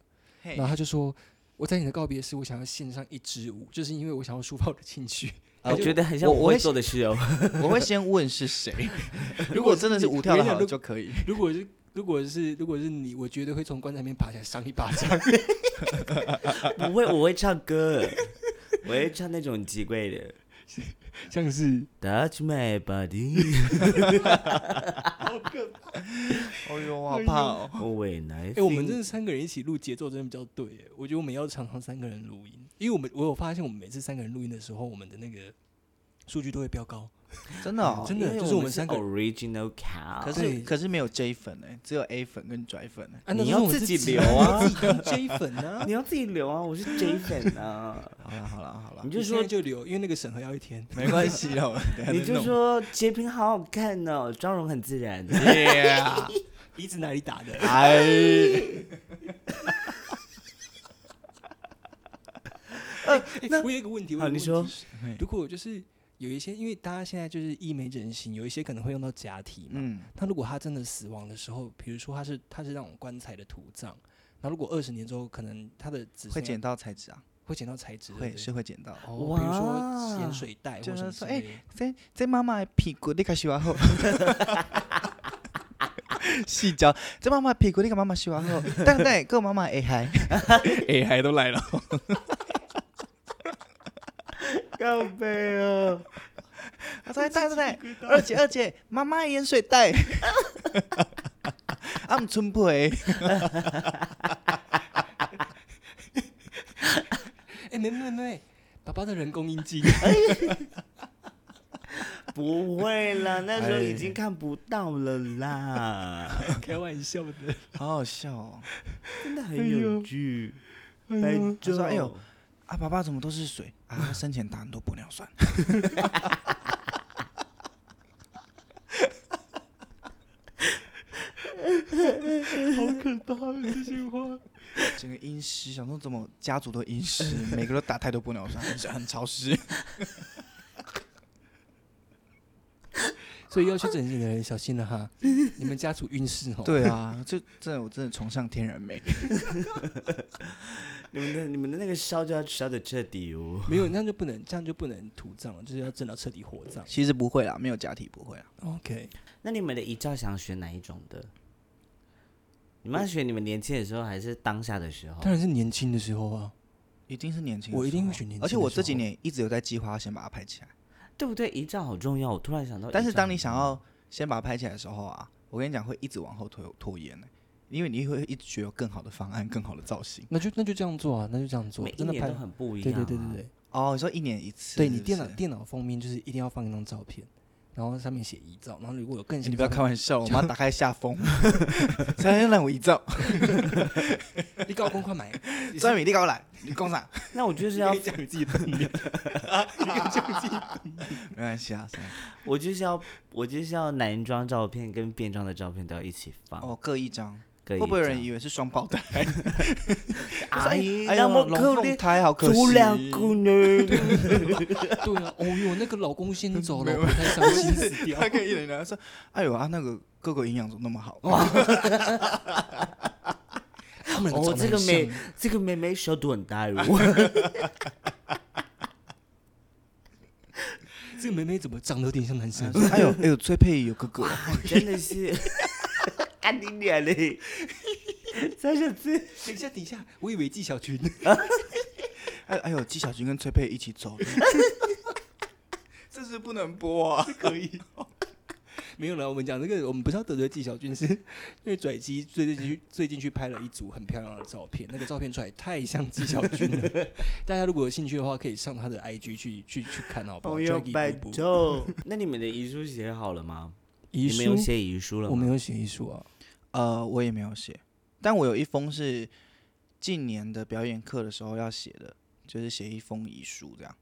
[SPEAKER 3] 嘿
[SPEAKER 1] 然后他就说。我在你的告别式，我想要献上一支舞，就是因为我想要抒发我的情绪。 *laughs*
[SPEAKER 2] 哦我觉得很像
[SPEAKER 3] 我
[SPEAKER 2] 我
[SPEAKER 3] 我
[SPEAKER 2] 会
[SPEAKER 3] 会
[SPEAKER 2] 做的事哦。
[SPEAKER 3] 我会先问是
[SPEAKER 1] *laughs*
[SPEAKER 3] 谁，如
[SPEAKER 1] 果
[SPEAKER 3] 果真的是
[SPEAKER 1] 你
[SPEAKER 3] 舞
[SPEAKER 1] *laughs*
[SPEAKER 3] 跳的
[SPEAKER 1] 我跟你讲
[SPEAKER 3] 好
[SPEAKER 1] 如
[SPEAKER 3] 就可以。
[SPEAKER 1] 如果是如果是如果是你，我绝对会从棺材里面爬起来赏你巴掌。 *laughs*
[SPEAKER 2] 不会，我会唱歌，我会唱那种极贵的。
[SPEAKER 1] 像是
[SPEAKER 2] Touch my body，
[SPEAKER 3] 哎呦，我好怕哦！
[SPEAKER 2] 我为难。
[SPEAKER 1] 哎、我们这三个人一起录节奏真的比较对耶，我觉得我们要常常三个人录音，因为我们我有发现，我们每次三个人录音的时候，我们的那个数据都会飙高。
[SPEAKER 3] 真的哦
[SPEAKER 1] 真。的
[SPEAKER 2] 因为
[SPEAKER 1] 就是我
[SPEAKER 2] 们
[SPEAKER 1] 们三个
[SPEAKER 2] original cow。
[SPEAKER 3] 可
[SPEAKER 1] 嗯对
[SPEAKER 3] 是可是没有 J 粉哎，只有 A 粉跟拽粉哎。
[SPEAKER 1] 啊、那
[SPEAKER 2] 你
[SPEAKER 1] 就是
[SPEAKER 2] 要
[SPEAKER 1] 我们
[SPEAKER 2] 自己
[SPEAKER 1] 己
[SPEAKER 2] 留啊
[SPEAKER 1] 自己当 J 粉啊。
[SPEAKER 2] *laughs* 你要自己留啊，我是 J 粉啊。
[SPEAKER 3] 好了好了好了
[SPEAKER 1] *laughs*
[SPEAKER 2] 你，就
[SPEAKER 1] 你
[SPEAKER 2] 说
[SPEAKER 1] 现在，就留，因为那个审核要一天。
[SPEAKER 3] 没关系了，我等下
[SPEAKER 2] 你
[SPEAKER 3] 再
[SPEAKER 2] 就
[SPEAKER 3] 弄。
[SPEAKER 2] 说截屏好好看哦，妆容很自
[SPEAKER 1] *laughs*
[SPEAKER 2] 然。
[SPEAKER 3] Yeah
[SPEAKER 1] 鼻子哪里打
[SPEAKER 2] *laughs*
[SPEAKER 1] 的？ *laughs*
[SPEAKER 3] 哎，
[SPEAKER 1] 欸我有一个问题，我
[SPEAKER 2] 好
[SPEAKER 1] 有一个
[SPEAKER 2] 你
[SPEAKER 1] 问
[SPEAKER 2] 说
[SPEAKER 1] 题是如果就是有一些，因为大家现在就是医美整形，有一些可能会用到假体嘛。
[SPEAKER 3] 嗯，
[SPEAKER 1] 那如果他真的死亡的时候，比如说他是他是那种棺材的土葬，那如果二十年之后，可能他的子
[SPEAKER 3] 会
[SPEAKER 1] 孙
[SPEAKER 3] 捡到材质啊，
[SPEAKER 1] 会捡到材质，对
[SPEAKER 3] 会
[SPEAKER 1] 不对
[SPEAKER 3] 是会捡到。
[SPEAKER 1] 哦，比如说
[SPEAKER 2] 哇
[SPEAKER 1] 盐水袋或
[SPEAKER 3] 就
[SPEAKER 1] 什么
[SPEAKER 3] 是
[SPEAKER 1] 之
[SPEAKER 3] 说
[SPEAKER 1] 类
[SPEAKER 3] 哎
[SPEAKER 1] 的。
[SPEAKER 3] 这这妈妈的屁股，你看洗完后， *laughs* 细嚼。这妈妈的屁股，你看妈妈洗完后，但但个妈妈的嗨，哎嗨都来了。
[SPEAKER 2] 告白哦，
[SPEAKER 3] 我说蛋蛋蛋，二姐二姐，妈妈的盐水袋。 *laughs* 俺们春培，
[SPEAKER 1] 哎，没没没，爸爸的人工阴
[SPEAKER 3] *laughs*
[SPEAKER 1] 茎，
[SPEAKER 2] 不会 *laughs* 啦，那时候
[SPEAKER 3] 哎
[SPEAKER 2] 已经看不到了啦， *laughs*
[SPEAKER 1] 开玩笑的。
[SPEAKER 3] 好好笑哦！
[SPEAKER 2] 真的很有趣。
[SPEAKER 3] 哎
[SPEAKER 2] 拍
[SPEAKER 3] 呦他说
[SPEAKER 2] 照，
[SPEAKER 3] 哎呦，啊，爸爸怎么都是水啊？他生前打很多玻尿酸。好可怕，这些话。整个阴湿，想说怎么家族都阴湿，每个都打太多玻尿酸，很很潮湿。
[SPEAKER 1] 所以要去整形的人小心了哈，你们家族运势哦。
[SPEAKER 3] 对啊， *laughs* 这这我真的崇尚天然美。
[SPEAKER 2] 你们的你们的那个烧就要烧的彻底哦。 *laughs*
[SPEAKER 1] 没有，那样就不能，这样就不能土葬了，就是要整到彻底火葬。
[SPEAKER 3] 其实不会啦，没有假体不会啦。
[SPEAKER 1] OK，
[SPEAKER 2] 那你们的遗照想选哪一种的？你们要选你们年轻的时候，还是当下的时候
[SPEAKER 1] 当？然是年轻的时候啊。
[SPEAKER 3] 一定是年轻的时候，
[SPEAKER 1] 我一定会选年轻的
[SPEAKER 3] 而且我这
[SPEAKER 1] 时
[SPEAKER 3] 几
[SPEAKER 1] 候
[SPEAKER 3] 年一直有在计划要先把它拍起来。
[SPEAKER 2] 对不对？遗照好重要，我
[SPEAKER 3] 哦
[SPEAKER 2] 突然想到遗照很重要。
[SPEAKER 3] 但是当你想要先把它拍起来的时候啊，我跟你讲会一直往后拖拖延、欸、因为你会一直觉得有更好的方案、更好的造型。
[SPEAKER 1] 那就那就这样做啊，那就这样做
[SPEAKER 2] 每，一
[SPEAKER 1] 真的
[SPEAKER 2] 年
[SPEAKER 1] 拍
[SPEAKER 2] 都。很不一
[SPEAKER 1] 对
[SPEAKER 2] 样、啊
[SPEAKER 1] 对对对对，
[SPEAKER 3] 哦，你说一年一次，
[SPEAKER 1] 对
[SPEAKER 3] 是
[SPEAKER 1] 你
[SPEAKER 3] 不
[SPEAKER 1] 电脑
[SPEAKER 3] 是
[SPEAKER 1] 电脑封面就是一定要放一张照片，然后上面写遗照，然后如果有更
[SPEAKER 3] 欸
[SPEAKER 1] 新，
[SPEAKER 3] 你不要开，玩笑，我妈打开下 *laughs* 风，才能让我一照，
[SPEAKER 1] 你搞公款买，
[SPEAKER 3] 专美你搞来，你讲啥？
[SPEAKER 2] *laughs* 那我就是要，
[SPEAKER 1] *laughs* 讲你自己的脸，
[SPEAKER 3] *laughs* 没关系啊，是啊
[SPEAKER 2] *laughs* 我就是要，我就是要男装照片跟变装的照片都要一起放。
[SPEAKER 3] 哦，各一张，
[SPEAKER 2] 各
[SPEAKER 3] 会
[SPEAKER 2] 一
[SPEAKER 3] 不会有人
[SPEAKER 2] 张
[SPEAKER 3] 以为是双胞胎？
[SPEAKER 2] 哎呀，那
[SPEAKER 3] 哎呦，
[SPEAKER 2] 么
[SPEAKER 3] 龙
[SPEAKER 2] 可
[SPEAKER 3] 凤
[SPEAKER 2] 怜，
[SPEAKER 3] 胎好可惜，
[SPEAKER 2] 竹两姑娘。
[SPEAKER 1] *laughs* 对啊，哦哟，那个老公先走了，我不太伤心死掉
[SPEAKER 3] 他，跟艺人聊说：“哎呦啊，那个哥哥营养怎么那么好？”
[SPEAKER 1] 他们两
[SPEAKER 2] 哦，
[SPEAKER 1] 长得
[SPEAKER 2] 这个
[SPEAKER 1] 很
[SPEAKER 2] 妹
[SPEAKER 1] 像，
[SPEAKER 2] 这个妹妹小肚很大哟。
[SPEAKER 1] 这个妹妹怎么长得有点像男生？
[SPEAKER 3] 哎呦哎呦，崔佩仪有哥 *laughs* 哥，
[SPEAKER 2] *laughs* 真的是干你脸嘞！三小子，
[SPEAKER 1] 等一下，等一下，我以为纪晓君， *laughs*
[SPEAKER 3] 哎哎呦，纪晓君跟崔佩仪一起 *laughs* 走的，这是不能播啊，可以。
[SPEAKER 1] 没有了。我们讲这个，我们不是要得罪纪晓君，是 *laughs* 因为拽鸡最近去最近去拍了一组很漂亮的照片，那个照片出来太像纪晓君了。大家如果有兴趣的话，可以上他的 IG 去去去看，好不
[SPEAKER 2] 哦
[SPEAKER 1] 好？拽鸡布布
[SPEAKER 2] 托。 *laughs* 那你们的遗书写好了吗？
[SPEAKER 1] 遗
[SPEAKER 2] 你们有
[SPEAKER 1] 书，
[SPEAKER 2] 写遗书了
[SPEAKER 1] 我
[SPEAKER 2] 吗？
[SPEAKER 1] 没有写遗书啊。
[SPEAKER 3] *laughs* 呃，我也没有写，但我有一封是近年的表演课的时候要写的，就是写一封遗书这样。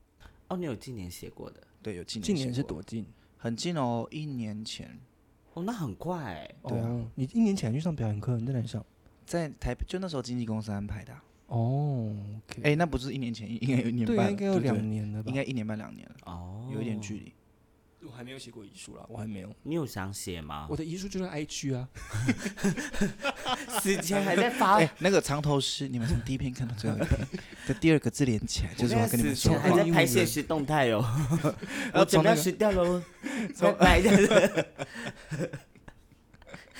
[SPEAKER 2] 哦，你有今年写过的
[SPEAKER 3] 对，有近年
[SPEAKER 1] 近
[SPEAKER 3] 写
[SPEAKER 1] 年是
[SPEAKER 3] 过
[SPEAKER 1] 多近？
[SPEAKER 3] 很近哦，一年前
[SPEAKER 2] 哦，那很快欸。
[SPEAKER 3] 对啊
[SPEAKER 1] 哦，你一年前去上表演课，你在哪里上？
[SPEAKER 3] 在台北，就那时候经纪公司安排的啊、
[SPEAKER 1] 哦
[SPEAKER 3] 哎、
[SPEAKER 1] ，OK，
[SPEAKER 3] 那不是一年前，应该有一年
[SPEAKER 1] 对啊，
[SPEAKER 3] 半了，
[SPEAKER 1] 应该有
[SPEAKER 3] 对不对
[SPEAKER 1] 两年了吧
[SPEAKER 3] 应？该一年半两年了，
[SPEAKER 2] 哦，
[SPEAKER 3] 有一点距。离。
[SPEAKER 1] 我还没有写过遗书啦，我还没有。
[SPEAKER 2] 你有想写吗
[SPEAKER 1] 我？的遗书就在 IG 啊，
[SPEAKER 2] 死前还在 *laughs* 发
[SPEAKER 3] 哎、那个藏头诗，你们从第一篇看到最后一
[SPEAKER 1] *laughs*
[SPEAKER 3] 篇，这第二个字连起来，就是我要跟你们
[SPEAKER 2] 死
[SPEAKER 3] 说
[SPEAKER 2] 前
[SPEAKER 3] 的
[SPEAKER 2] 还
[SPEAKER 3] 话
[SPEAKER 2] 在。拍现实动态哦， *laughs* 我
[SPEAKER 3] 要
[SPEAKER 2] 准备
[SPEAKER 3] 从那
[SPEAKER 2] 要
[SPEAKER 3] 个
[SPEAKER 2] 死掉喽，拜
[SPEAKER 3] 从
[SPEAKER 2] 拜 *laughs* 的。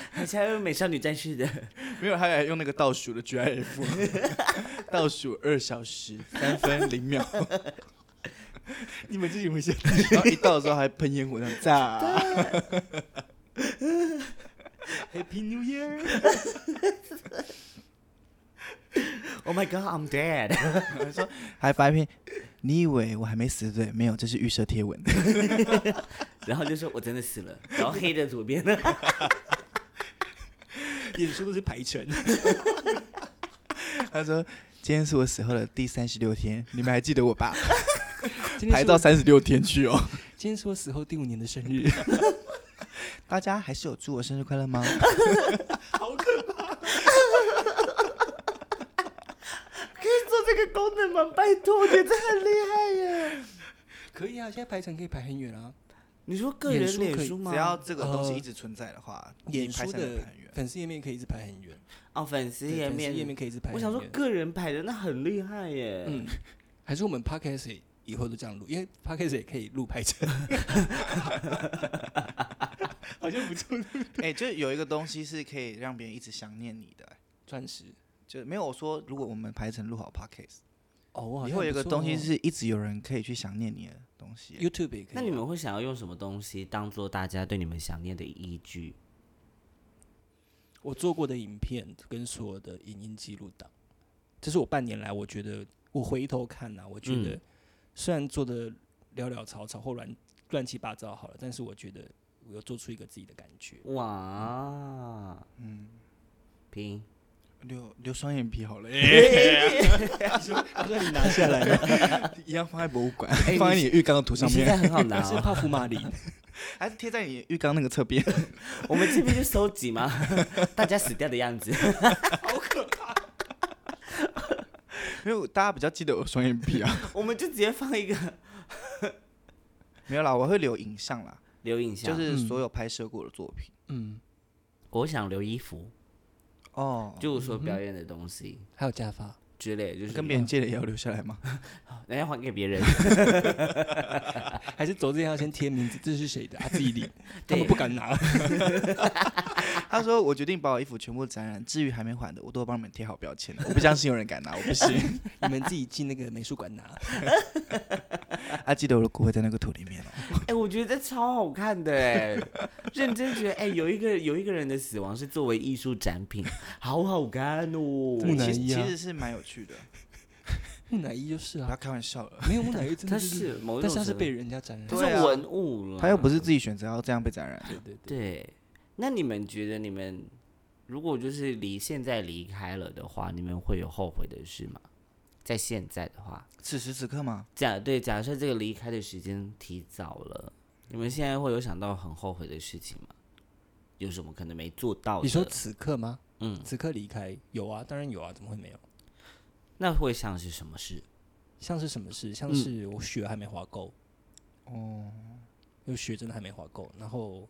[SPEAKER 2] 还是还有美少女战士的，
[SPEAKER 3] 没有，他还用那个倒数
[SPEAKER 1] *laughs*
[SPEAKER 3] 的 GIF，倒数二小时三分零秒，
[SPEAKER 1] *laughs* 你们自己会写？
[SPEAKER 3] 然后一到的时候还喷烟火这样炸。
[SPEAKER 1] Happy New Year！
[SPEAKER 2] *laughs* Oh my god, I'm dead！ *laughs*
[SPEAKER 3] 还发一篇，你以为我还没死对？没有，这是预设贴文。
[SPEAKER 1] *laughs*
[SPEAKER 2] 然后就说我真的死了，然后黑的左边呢，
[SPEAKER 1] 演出都是排程，
[SPEAKER 3] *laughs* 他说今天是我死后的第三十六天，你们还记得我吧？
[SPEAKER 1] *laughs* 今 *laughs* 天
[SPEAKER 3] 排
[SPEAKER 1] 是
[SPEAKER 3] 到
[SPEAKER 1] 我
[SPEAKER 3] 三十六天去
[SPEAKER 1] *laughs*
[SPEAKER 3] 哦。
[SPEAKER 1] 今天是我死后第五年的生日，
[SPEAKER 3] 大家还是有祝我生日快乐吗？
[SPEAKER 2] 可以做这个功能吗？拜托，我觉得这很厉害耶！
[SPEAKER 1] *laughs* 可以啊，现在排程可以排很远啊。
[SPEAKER 2] 你说个人
[SPEAKER 1] 脸书
[SPEAKER 2] 脸
[SPEAKER 1] 可以
[SPEAKER 2] 书吗？
[SPEAKER 3] *laughs* 只要这个东西
[SPEAKER 1] 呃
[SPEAKER 3] 一直存在的话，
[SPEAKER 1] 演
[SPEAKER 3] 你拍
[SPEAKER 1] 出
[SPEAKER 3] 下来
[SPEAKER 1] 的
[SPEAKER 3] 很远。
[SPEAKER 1] 粉丝页面可以一直排很远，
[SPEAKER 2] 哦，粉丝
[SPEAKER 1] 对
[SPEAKER 2] 页
[SPEAKER 1] 粉丝
[SPEAKER 2] 面，
[SPEAKER 1] 页面可以一直排。
[SPEAKER 2] 我想说，个人排的那很厉害耶。
[SPEAKER 1] 嗯，还是我们 Podcast 也以后都这样录，因为 Podcast 也可以录排程。好像不错，
[SPEAKER 3] 哎、就有一个东西是可以让别人一直想念你的、
[SPEAKER 1] *laughs* 钻 *laughs* 石
[SPEAKER 3] 就没有说如果我们排成录好 podcast，
[SPEAKER 1] 哦，我好
[SPEAKER 3] 以
[SPEAKER 1] 像
[SPEAKER 3] 后有一
[SPEAKER 1] 不
[SPEAKER 3] 个
[SPEAKER 1] 错
[SPEAKER 3] 东西
[SPEAKER 1] 哦
[SPEAKER 3] 是一直有人可以去想念你的东西。
[SPEAKER 1] YouTube 也可以啊。
[SPEAKER 2] 那你们会想要用什么东西当做大家对你们想念的依据？
[SPEAKER 1] 我做过的影片跟所有的影音记录档，这是我半年来我觉得我回头看啊呐、我觉得
[SPEAKER 2] 嗯
[SPEAKER 1] 虽然做的潦潦草草或乱乱七八糟好了，但是我觉得我有做出一个自己的感觉。 *laughs*
[SPEAKER 2] 哇，嗯，
[SPEAKER 1] *laughs*
[SPEAKER 2] 拼，
[SPEAKER 3] 留留双眼皮好了，哎
[SPEAKER 1] 他说你 *laughs* 拿下来了，
[SPEAKER 3] *laughs* 一样放在博物馆，
[SPEAKER 2] 哎
[SPEAKER 3] 放在你浴缸的图
[SPEAKER 2] 你
[SPEAKER 3] 上
[SPEAKER 2] 现 *laughs*
[SPEAKER 3] 面，
[SPEAKER 2] 在很好拿
[SPEAKER 1] 是
[SPEAKER 2] 哦。
[SPEAKER 1] 泡芙玛丽，
[SPEAKER 3] 还是贴在你浴缸那个侧边？
[SPEAKER 2] 我们这边就收集嘛， *laughs* 大家死掉的样子。 *laughs*
[SPEAKER 3] 因为大家比较记得我双眼皮啊。
[SPEAKER 2] 我们就直接放一个
[SPEAKER 3] *laughs* 没有啦，我会留影像啦，
[SPEAKER 2] 留影像，
[SPEAKER 3] 就是
[SPEAKER 1] 嗯
[SPEAKER 3] 所有拍摄过的作品。
[SPEAKER 1] 嗯，
[SPEAKER 2] 我想留衣服，
[SPEAKER 3] 哦，
[SPEAKER 2] 就我
[SPEAKER 1] 嗯
[SPEAKER 2] 所表演的东西
[SPEAKER 1] 还有假发，
[SPEAKER 2] 之类，就是
[SPEAKER 3] 跟别人借的也要留下来吗？ *laughs*
[SPEAKER 2] 人家还给
[SPEAKER 1] *laughs*
[SPEAKER 2] 别人，
[SPEAKER 1] 还是走之前要先贴名字，这是谁的？他啊自 *laughs* 己领，他
[SPEAKER 2] 对
[SPEAKER 1] 们不敢拿。
[SPEAKER 3] 他说：“我决定把我衣服全部展览，至于还没还的，我都帮你们贴好标签了。我不相信有人敢拿，我不信。
[SPEAKER 1] 你们自己进那个美术馆拿。
[SPEAKER 3] 啊，记得我的骨灰在那个土里面哦。
[SPEAKER 2] 哎、我觉得超好看的哎，认真觉得哎、有一个有一个人的死亡是作为艺术展品，好好看哦。
[SPEAKER 1] 木乃
[SPEAKER 3] 其实
[SPEAKER 1] 伊啊
[SPEAKER 3] 其实是蛮有 *laughs* 趣的，
[SPEAKER 1] 木乃伊就是
[SPEAKER 3] 不要
[SPEAKER 1] 啊，
[SPEAKER 3] 开玩笑了。
[SPEAKER 1] 没有木乃伊真
[SPEAKER 2] 它，
[SPEAKER 1] 的就是
[SPEAKER 2] 某一
[SPEAKER 1] 但
[SPEAKER 2] 种
[SPEAKER 1] 是它是
[SPEAKER 2] 程度
[SPEAKER 1] 被人家沾染
[SPEAKER 2] 它
[SPEAKER 1] 的。
[SPEAKER 2] 是
[SPEAKER 3] 对啊
[SPEAKER 2] 文物了，
[SPEAKER 3] 他又不是自己选择要这样被感染，
[SPEAKER 1] 对对对，
[SPEAKER 2] 对。那你们觉得你们如果就是离现在离开了的话，你们会有后悔的事吗？在现在的话，
[SPEAKER 3] 此时此刻嘛，
[SPEAKER 2] 假对假设这个离开的时间提早了，你们现在会有想到很后悔的事情吗？有什么可能没做到的？
[SPEAKER 1] 你说此刻吗？
[SPEAKER 2] 嗯，
[SPEAKER 1] 此刻离开有啊，当然有啊，怎么会没有？
[SPEAKER 2] 那会像是什么事？
[SPEAKER 1] 像是什么事？像
[SPEAKER 2] 嗯
[SPEAKER 1] 是我血还没划够，
[SPEAKER 3] 哦，
[SPEAKER 1] 因为血真的还没划够。然后，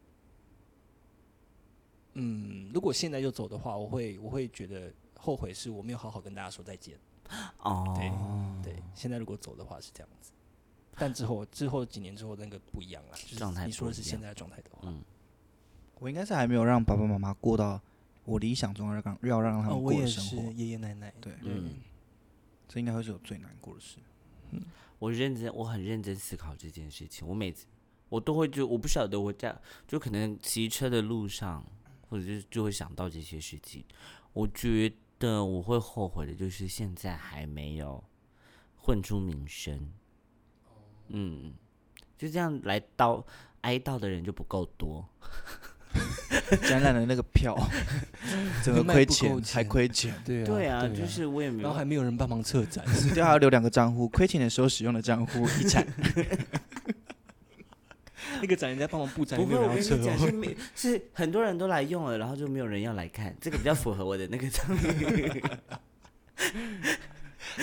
[SPEAKER 1] 嗯，如果现在就走的话，我会我会觉得后悔，是我没有好好跟大家说再见。
[SPEAKER 2] 哦，
[SPEAKER 1] 对、对，现在如果走的话是这样子，但之后 *laughs* 之后几年之后那个不一样了，就是
[SPEAKER 2] 状态
[SPEAKER 1] 你说的
[SPEAKER 2] 不
[SPEAKER 1] 是
[SPEAKER 2] 一
[SPEAKER 1] 现
[SPEAKER 2] 样
[SPEAKER 1] 在的状态的话，
[SPEAKER 2] 嗯，
[SPEAKER 3] 我应该是还没有让爸爸妈妈过到我理想中要让要让他
[SPEAKER 1] 哦，
[SPEAKER 3] 们
[SPEAKER 1] 我
[SPEAKER 3] 过
[SPEAKER 1] 也
[SPEAKER 3] 的生
[SPEAKER 1] 是
[SPEAKER 3] 活，
[SPEAKER 1] 爷爷奶奶，
[SPEAKER 3] 对
[SPEAKER 1] 嗯，
[SPEAKER 3] 这应该会是我最难过的 *laughs* 事。
[SPEAKER 2] 我认真，我很认真思考这件事情。我每次我都会就我不晓得我这样，就可能骑车的路上，或者就是就会想到这些事情。我觉得我会后悔的就是现在还没有混出名声。嗯，就这样来到哀悼的人就不够多。
[SPEAKER 3] 展览的那个
[SPEAKER 1] *laughs*
[SPEAKER 3] 票，整个
[SPEAKER 1] 卖
[SPEAKER 3] 亏
[SPEAKER 1] 不够
[SPEAKER 3] 钱还
[SPEAKER 1] 钱
[SPEAKER 3] 亏钱，
[SPEAKER 1] 对啊，
[SPEAKER 2] 对啊，就是我也没
[SPEAKER 1] 然后还
[SPEAKER 2] 有。
[SPEAKER 1] 没有人帮忙策 *laughs* 展，
[SPEAKER 3] 对，还要留两个账户，亏钱的时候使用的账户遗 *laughs* 产。
[SPEAKER 1] 那个展人家帮忙布展，
[SPEAKER 2] 不
[SPEAKER 1] 没
[SPEAKER 2] 会，
[SPEAKER 1] 有
[SPEAKER 2] 我
[SPEAKER 1] 人要策
[SPEAKER 2] 跟你
[SPEAKER 1] *laughs*
[SPEAKER 2] 讲
[SPEAKER 1] 哦。
[SPEAKER 2] 是没是很多人都来用了，然后就没有人要来看，这个比较符合我的那个场景。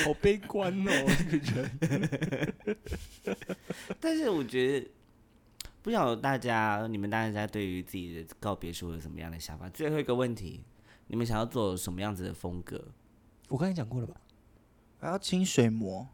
[SPEAKER 1] 好悲观哦，这个人。
[SPEAKER 2] 但是我觉得，不晓得大家你们大家对于自己的告别式会有什么样的想法？最后一个问题，你们想要做什么样子的风格？
[SPEAKER 1] *laughs* 我刚才讲过了吧？
[SPEAKER 3] 还要清水膜，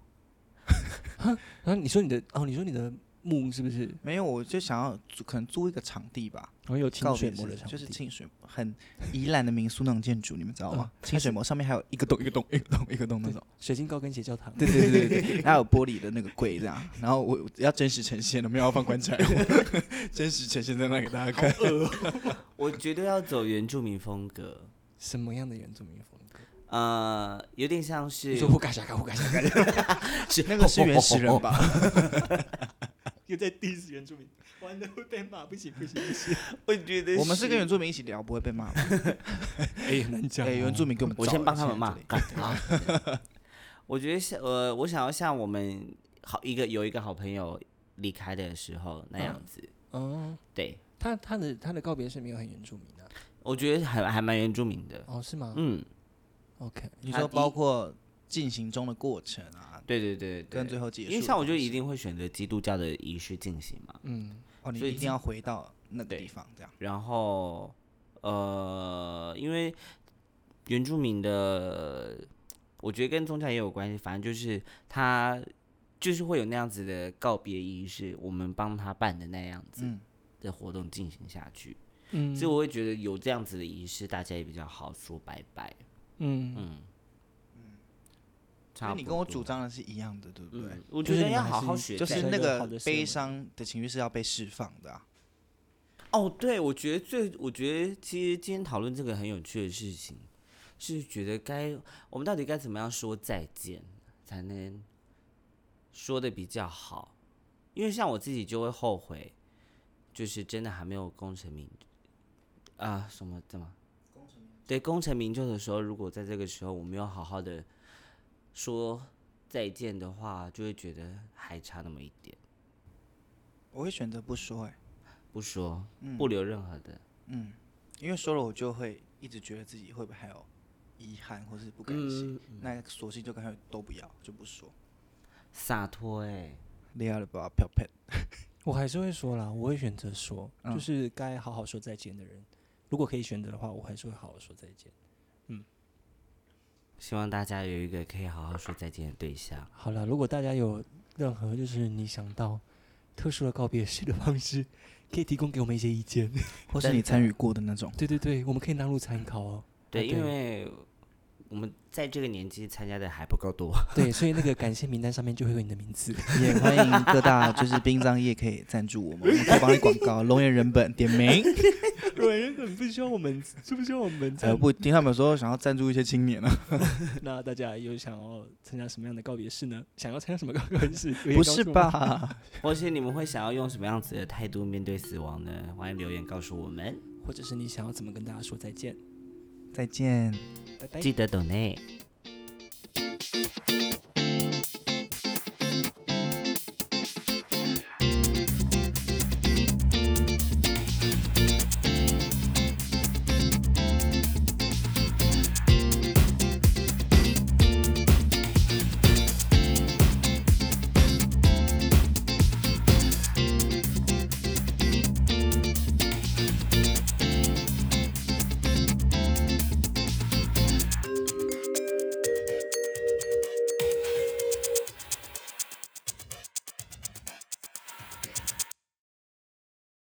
[SPEAKER 1] 然后你说你的哦，你说你的墓是不是？
[SPEAKER 3] 没有，我就想要租可能租一个场地吧，
[SPEAKER 1] 然哦后有清
[SPEAKER 3] 告
[SPEAKER 1] 水
[SPEAKER 3] 别
[SPEAKER 1] 模
[SPEAKER 3] 式
[SPEAKER 1] 的场地，
[SPEAKER 3] 就是清水模很宜兰的民宿那种建筑，你们知道吗？哦清水模上面还有一个洞一个洞一个洞一个洞那
[SPEAKER 1] 对
[SPEAKER 3] 种，
[SPEAKER 1] 水晶高跟鞋教堂。
[SPEAKER 3] 对对对对对，还有玻璃的那个柜这样，然后我我要真实呈现的，没有要放棺材， *laughs* 真实呈现在那给大家看。
[SPEAKER 2] 我绝对要走原住民风格，
[SPEAKER 1] 什么样的原住民风格？
[SPEAKER 2] 呃，有点像是
[SPEAKER 1] 你说我嘎嘎嘎，我嘎嘎嘎，
[SPEAKER 2] 是
[SPEAKER 3] 那 *laughs* 个是原始人吧？ *laughs*
[SPEAKER 1] 又在 diss 原住民，玩的会被骂，不行不行不行。
[SPEAKER 2] 我觉得
[SPEAKER 3] 我们是跟原住民一起聊，不会被骂吗。
[SPEAKER 1] *laughs* 哎，很难讲哦。
[SPEAKER 3] 哎，原住民给我们，
[SPEAKER 2] 我先帮他们骂。干啊！ *laughs* 我觉得像呃，我想要像我们好一个有一个好朋友离开的时候那样子，
[SPEAKER 3] 嗯
[SPEAKER 1] 哦，
[SPEAKER 2] 对
[SPEAKER 1] 他他的他的告别是没有很原住民的。
[SPEAKER 2] 我觉得还还蛮原住民的，
[SPEAKER 1] 哦，是吗
[SPEAKER 2] 嗯，
[SPEAKER 1] ？OK，
[SPEAKER 3] 你说包括进行中的过程啊，
[SPEAKER 2] 对对对对，
[SPEAKER 3] 跟最后结束的方式，
[SPEAKER 2] 因为像我就一定会选择基督教的仪式进行嘛，
[SPEAKER 1] 嗯，
[SPEAKER 3] 哦，你
[SPEAKER 2] 所以
[SPEAKER 3] 一定要回到那个
[SPEAKER 2] 对
[SPEAKER 3] 地方，这样
[SPEAKER 2] 然后呃，因为原住民的，我觉得跟宗教也有关系，反正就是他就是会有那样子的告别仪式，我们帮他办的那样子
[SPEAKER 3] 嗯
[SPEAKER 2] 的活动进行下去，
[SPEAKER 1] 嗯
[SPEAKER 2] 所以我会觉得有这样子的仪式，大家也比较好说拜拜，
[SPEAKER 1] 嗯，
[SPEAKER 2] 嗯，
[SPEAKER 3] 所
[SPEAKER 2] 差不
[SPEAKER 3] 以
[SPEAKER 2] 多。
[SPEAKER 3] 你跟我主张的是一样的，对不对
[SPEAKER 2] 嗯？，我
[SPEAKER 1] 就
[SPEAKER 2] 觉
[SPEAKER 1] 是
[SPEAKER 2] 得
[SPEAKER 1] 你
[SPEAKER 2] 要
[SPEAKER 1] 还
[SPEAKER 2] 好
[SPEAKER 1] 是
[SPEAKER 2] 好学
[SPEAKER 3] 就
[SPEAKER 2] 在
[SPEAKER 3] 是
[SPEAKER 1] 在
[SPEAKER 3] 那
[SPEAKER 1] 一个好
[SPEAKER 3] 个
[SPEAKER 1] 的社
[SPEAKER 3] 悲
[SPEAKER 1] 会
[SPEAKER 3] 伤的情绪是要被释放的啊。
[SPEAKER 2] 哦，对，我觉得最，我觉得其实今天讨论这个很有趣的事情，是觉得该我们到底该怎么样说再见，才能说的比较好？因为像我自己就会后悔，就是真的还没有功成名啊什么怎么？对，功成名就的时候，如果在这个时候我没有好好的说再见的话，就会觉得还差那么一点。
[SPEAKER 3] 我会选择不说，哎，
[SPEAKER 2] 不说，不留任何的。
[SPEAKER 3] 嗯，因为说了我就会一直觉得自己会不会还有遗憾或是不甘
[SPEAKER 1] 嗯
[SPEAKER 3] 心，那索性就干脆都不要，就不说。
[SPEAKER 2] 洒脱哎、
[SPEAKER 3] 厉害了吧，飘飘。
[SPEAKER 1] 我还是会说啦，我会选择说，就是该好好说再见的人，如果可以选择的话，我还是会好好说再见。
[SPEAKER 2] 希望大家有一个可以好好说再见的对象。
[SPEAKER 1] 好了，如果大家有任何就是你想到特殊的告别式的方式，可以提供给我们一些意见。
[SPEAKER 3] 或是你参与过的那种，
[SPEAKER 1] *laughs* 对对对，我们可以纳入参考哦。
[SPEAKER 2] 对，
[SPEAKER 1] 啊
[SPEAKER 2] 因为我们在这个年纪参加的还不够多。
[SPEAKER 1] *laughs* 对，所以那个感谢名单上面就会有你的名 *laughs* 字。
[SPEAKER 3] 也欢迎各大就是 *laughs* 殡葬业可以赞助我们，我们可以帮你广告，龙岩人本点名。
[SPEAKER 1] *laughs* 软人很不希望我们，是不希望我们在
[SPEAKER 3] 呃，不，听他们说想要赞助一些青年啊，
[SPEAKER 1] 那大家有想要参加什么样的告别式呢？想要参加什么告别式？可以告
[SPEAKER 3] 不是
[SPEAKER 1] 诉我们？
[SPEAKER 3] 吧？
[SPEAKER 1] *laughs*
[SPEAKER 2] 或是你们会想要用什么样子的态度面对死亡呢？欢迎留言告诉我们，
[SPEAKER 1] 或者是你想要怎么跟大家说再见？
[SPEAKER 3] 再见。
[SPEAKER 1] 拜拜。
[SPEAKER 2] 记得 donate。